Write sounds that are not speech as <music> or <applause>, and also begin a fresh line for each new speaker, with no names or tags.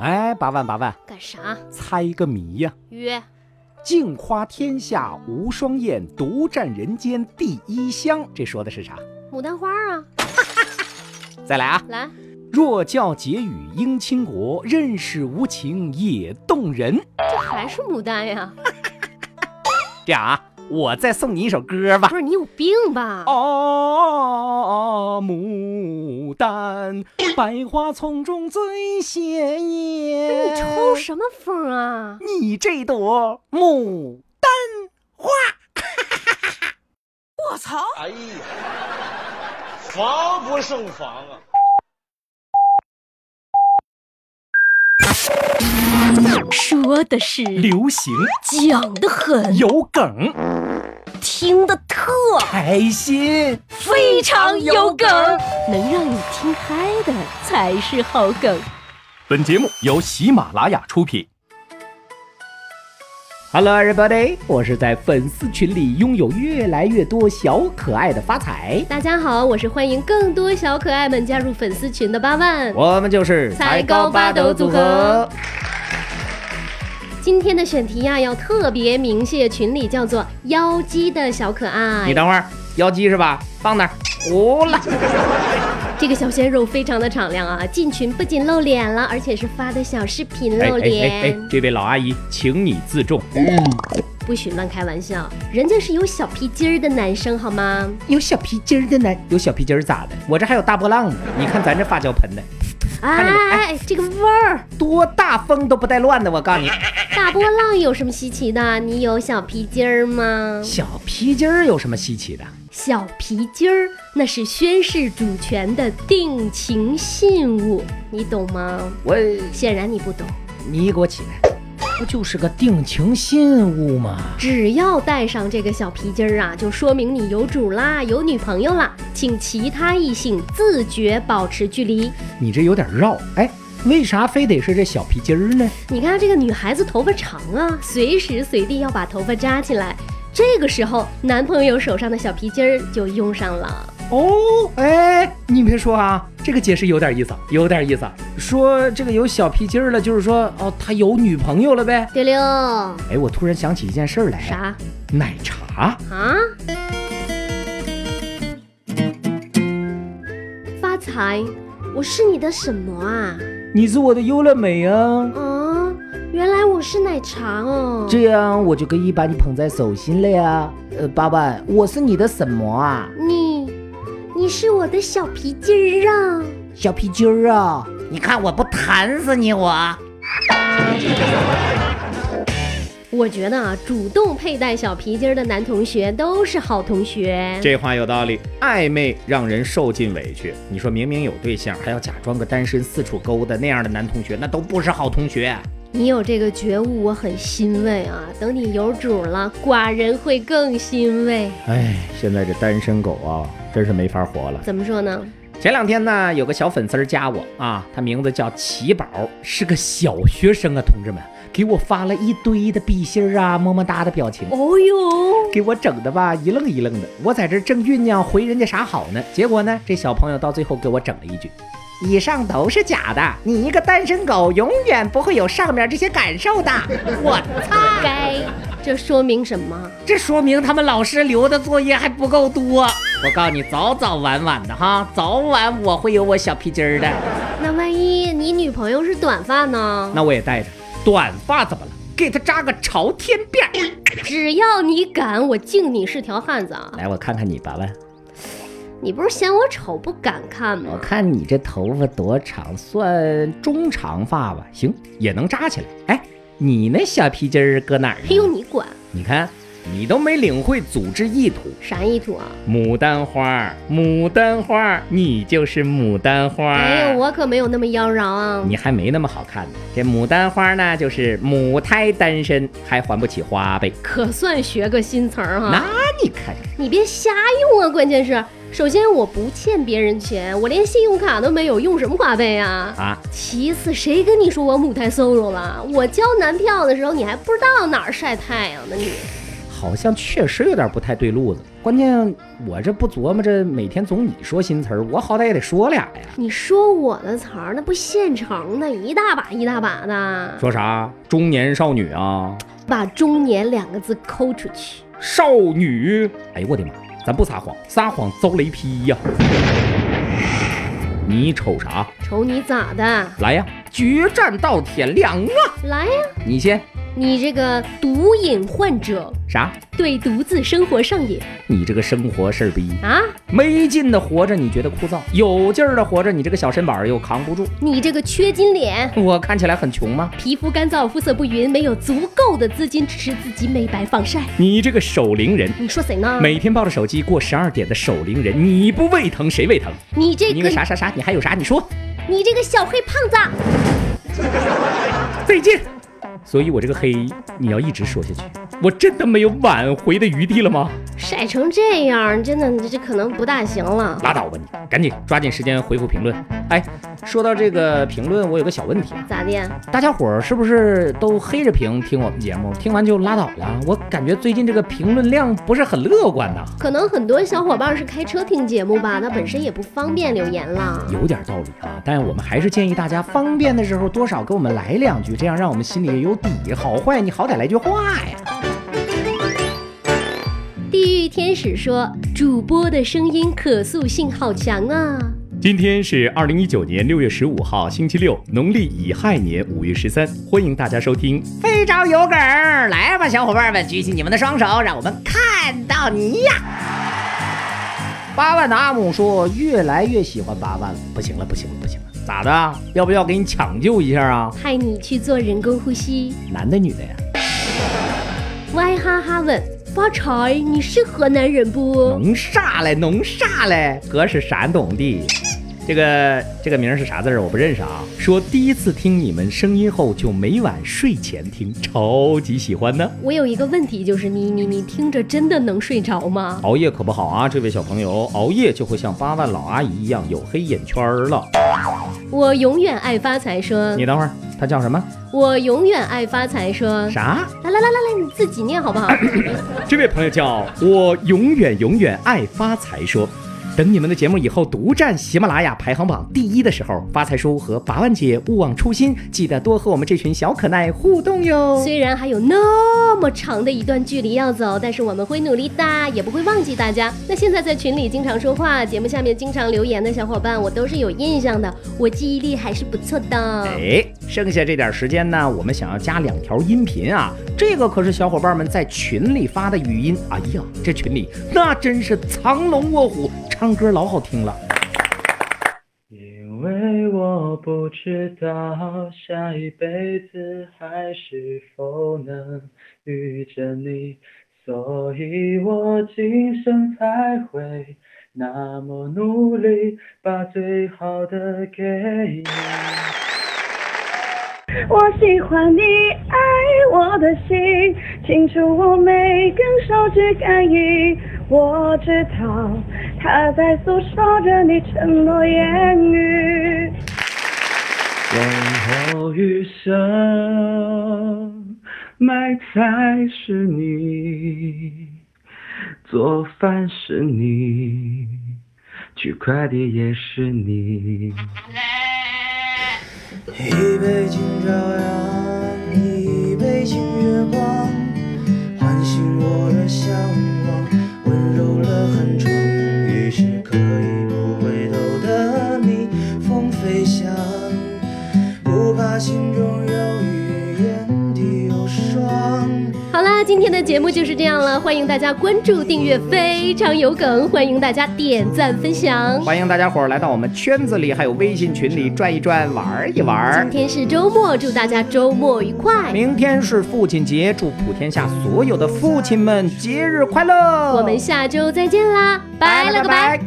哎，八万八万，
干啥？
猜一个谜呀、
约
镜花天下无双艳，独占人间第一香。这说的是啥？
牡丹花啊！
再来啊！
来，
若教解语应倾国，任是无情也动人。
这还是牡丹呀？
这样啊，我再送你一首歌吧
不。是你有病吧？
哦，牡丹，百花丛中最鲜
不是
艳。
哎你抽什么风啊？
你这朵牡丹花。 <laughs>
我操！
哎呀，防不胜防啊！
说的是，
流行
讲的很，
有梗，
听的特
开心。
非常有梗，能让你听嗨的才是好梗。
本节目由喜马拉雅出品。Hello everybody，我是在粉丝群里拥有越来越多小可爱的发财，
大家好，我是欢迎更多小可爱们加入粉丝群的八万。
我们就是
才高八斗组合。今天的选题呀、要特别鸣谢群里叫做“妖姬”的小可爱
你，等会儿，妖姬是吧？放那儿，
哦
糊了。
这个小鲜肉非常的敞亮啊！进群不仅露脸了，而且是发的小视频
哎
露脸，
这位老阿姨，请你自重。
不许乱开玩笑，人家是有小皮筋儿的男生好吗？
有小皮筋儿的呢，有小皮筋儿咋的？我这还有大波浪呢。你看咱这发胶盆的，
哎
见没
哎，这个味儿，
多大风都不带乱的。我告诉你，
大波浪有什么稀奇的？你有小皮筋儿吗？
小皮筋儿有什么稀奇的？
小皮筋儿那是宣誓主权的定情信物，你懂吗？
我
显然你不懂。
你给我起来，不就是个定情信物吗？
只要带上这个小皮筋儿啊，就说明你有主啦，有女朋友啦，请其他异性自觉保持距离。
你这有点绕，哎，为啥非得是这小皮筋儿呢？
你看这个女孩子头发长啊，随时随地要把头发扎起来，这个时候男朋友手上的小皮筋儿就用上了。
哦，哎，你别说啊，这个解释有点意思，有点意思。说这个有小皮筋儿了，就是说哦，他有女朋友了呗。
对溜，
哎，我突然想起一件事儿来，
啥
奶茶。
啊？发财，我是你的什么啊？
你是我的优乐美啊，
哦，原来我是奶茶哦。
这样我就可以把你捧在手心了呀。呃，爸爸，我是你的什么啊？
你，你是我的小皮筋儿啊！
小皮筋儿啊。
你看我不弹死你我！
我觉得啊，主动佩戴小皮筋儿的男同学都是好同学。
这话有道理，暧昧让人受尽委屈。你说明明有对象，还要假装个单身四处勾搭，那样的男同学那都不是好同学。
你有这个觉悟，我很欣慰啊！等你有主了，寡人会更欣慰。
哎，现在这单身狗啊，真是没法活了。
怎么说呢？
前两天呢，有个小粉丝儿加我啊，他名字叫奇宝，是个小学生啊，同志们，给我发了一堆的比心儿啊，么么哒的表情。
哦哟，
给我整的吧，一愣一愣的。我在这正酝酿回人家啥好呢，结果呢，这小朋友到最后给我整了一句：“以上都是假的，你一个单身狗永远不会有上面这些感受的。” <laughs> 我
该，这说明什么？
这说明他们老师留的作业还不够多。我告诉你，早早晚晚的哈，早晚我会有我小皮筋儿的。
那万一你女朋友是短发呢？
那我也带着，短发怎么了？给他扎个朝天辫儿。
只要你敢，我敬你是条汉子啊！
来，我看看你吧，来，
你不是嫌我丑不敢看吗？
看你这头发多长，算中长发吧，行，也能扎起来。哎，你那小皮筋儿搁哪儿
还用
呢？
哎你管？
你看，你都没领会组织意图。
啥意图啊？
牡丹花，牡丹花，你就是牡丹花。
没有，哎我可没有那么妖娆啊！
哎你还没那么好看呢。这牡丹花呢，就是母胎单身，还还不起花呗。
可算学个新词儿
那
哈！
你看，
你别瞎用啊！关键是，首先我不欠别人钱，我连信用卡都没有，用什么花呗啊？
啊，
其次，谁跟你说我母胎 solo 了？我交男票的时候，你还不知道哪儿晒太阳呢你！
好像确实有点不太对路子。关键我这不琢磨着，每天总你说新词儿，我好歹也得说俩呀。
你说我的词儿，那不现成的，一大把一大把的，
说啥中年少女啊，
把“中年”两个字抠出去。
少女，哎呦我的妈，咱不撒谎，撒谎遭雷劈呀、你瞅啥？
瞅你咋的？
来呀，决战到天亮啊！
来呀、
你先
你这个毒瘾患者，
啥？
对独自生活上瘾
你这个生活事儿逼，
啊！
没劲的活着你觉得枯燥，有劲儿的活着你这个小身板儿又扛不住。
你这个缺金脸，
我看起来很穷吗？
皮肤干燥，肤色不匀，没有足够的资金支持自己美白防晒。
你这个守灵人，
你说谁呢？
每天抱着手机过十二点的守灵人，你不胃疼谁胃疼？
你这
你
个
个啥啥啥？你还有啥？你说
你这个小黑胖子，
费劲。所以我这个黑，你要一直说下去，我真的没有挽回的余地了吗？
晒成这样，真的这这可能不大行了。
拉倒吧你，赶紧抓紧时间回复评论。哎，说到这个评论，我有个小问题啊，
咋的呀？
大家伙儿是不是都黑着屏听我们节目，听完就拉倒了？我感觉最近这个评论量不是很乐观呐，
可能很多小伙伴是开车听节目吧，那本身也不方便留言了。
有点道理啊。但是我们还是建议大家方便的时候多少给我们来两句，这样让我们心里也有底，好坏你好歹来句话呀。
地狱天使说，主播的声音可塑性好强啊。
今天是二零一九年六月十五号，星期六，农历乙亥年五月十三。欢迎大家收听。
非常有梗儿，来吧，小伙伴们，举起你们的双手，让我们看到你呀！八万的阿姆说：“越来越喜欢八万了，不行了，不行了，不行了，咋的？要不要给你抢救一下啊？
派你去做人工呼吸。
男的女的呀？
歪哈哈问发财，你是河南人不？
弄啥嘞？弄啥嘞？哥是山东的，这个这个名儿是啥字儿？我不认识啊。
说第一次听你们声音后，就每晚睡前听，超级喜欢呢。
我有一个问题，就是你你你听着真的能睡着吗？
熬夜可不好啊，这位小朋友，熬夜就会像八万老阿姨一样有黑眼圈儿了。
我永远爱发财说
你，等会儿，他叫什么？
我永远爱发财说，
啥？
来来来来来，你自己念好不好？
这位朋友叫我永远永远爱发财说，等你们的节目以后独占喜马拉雅排行榜第一的时候，发财叔和八万姐勿忘初心，记得多和我们这群小可爱互动哟。
虽然还有那么长的一段距离要走，但是我们会努力的，也不会忘记大家。那现在在群里经常说话，节目下面经常留言的小伙伴，我都是有印象的，我记忆力还是不错的。
哎，剩下这点时间呢，我们想要加两条音频啊，这个可是小伙伴们在群里发的语音。哎呀，这群里那真是藏龙卧虎，唱歌老好听了。
因为我不知道下一辈子还是否能遇见你，所以我今生才会那么努力，把最好的给你。
我喜欢你爱我的心，清楚我每根手指感应。我知道他在诉说着你沉默言语。
往后余生，买菜是你，做饭是你，取快递也是你。一杯敬朝阳，一杯敬月光，唤醒嗯我的向往，温柔了寒窗。于是可以不回头的逆风飞翔，不怕心中有雨，眼底有霜。
好啦，今天的节目就是这样了，欢迎大家关注、订阅，非常有梗，欢迎大家点赞、分享。
欢迎大家伙儿来到我们圈子里，还有微信群里转一转，玩一玩
今。天是周末，祝大家周末愉快，
明天是父亲节，祝普天下所有的父亲们节日快乐！
我们下周再见啦，拜了个拜。
拜。